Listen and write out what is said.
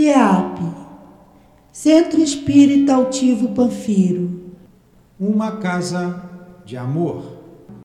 CEAP, Centro Espírita Altivo Panfiro. Uma casa de amor.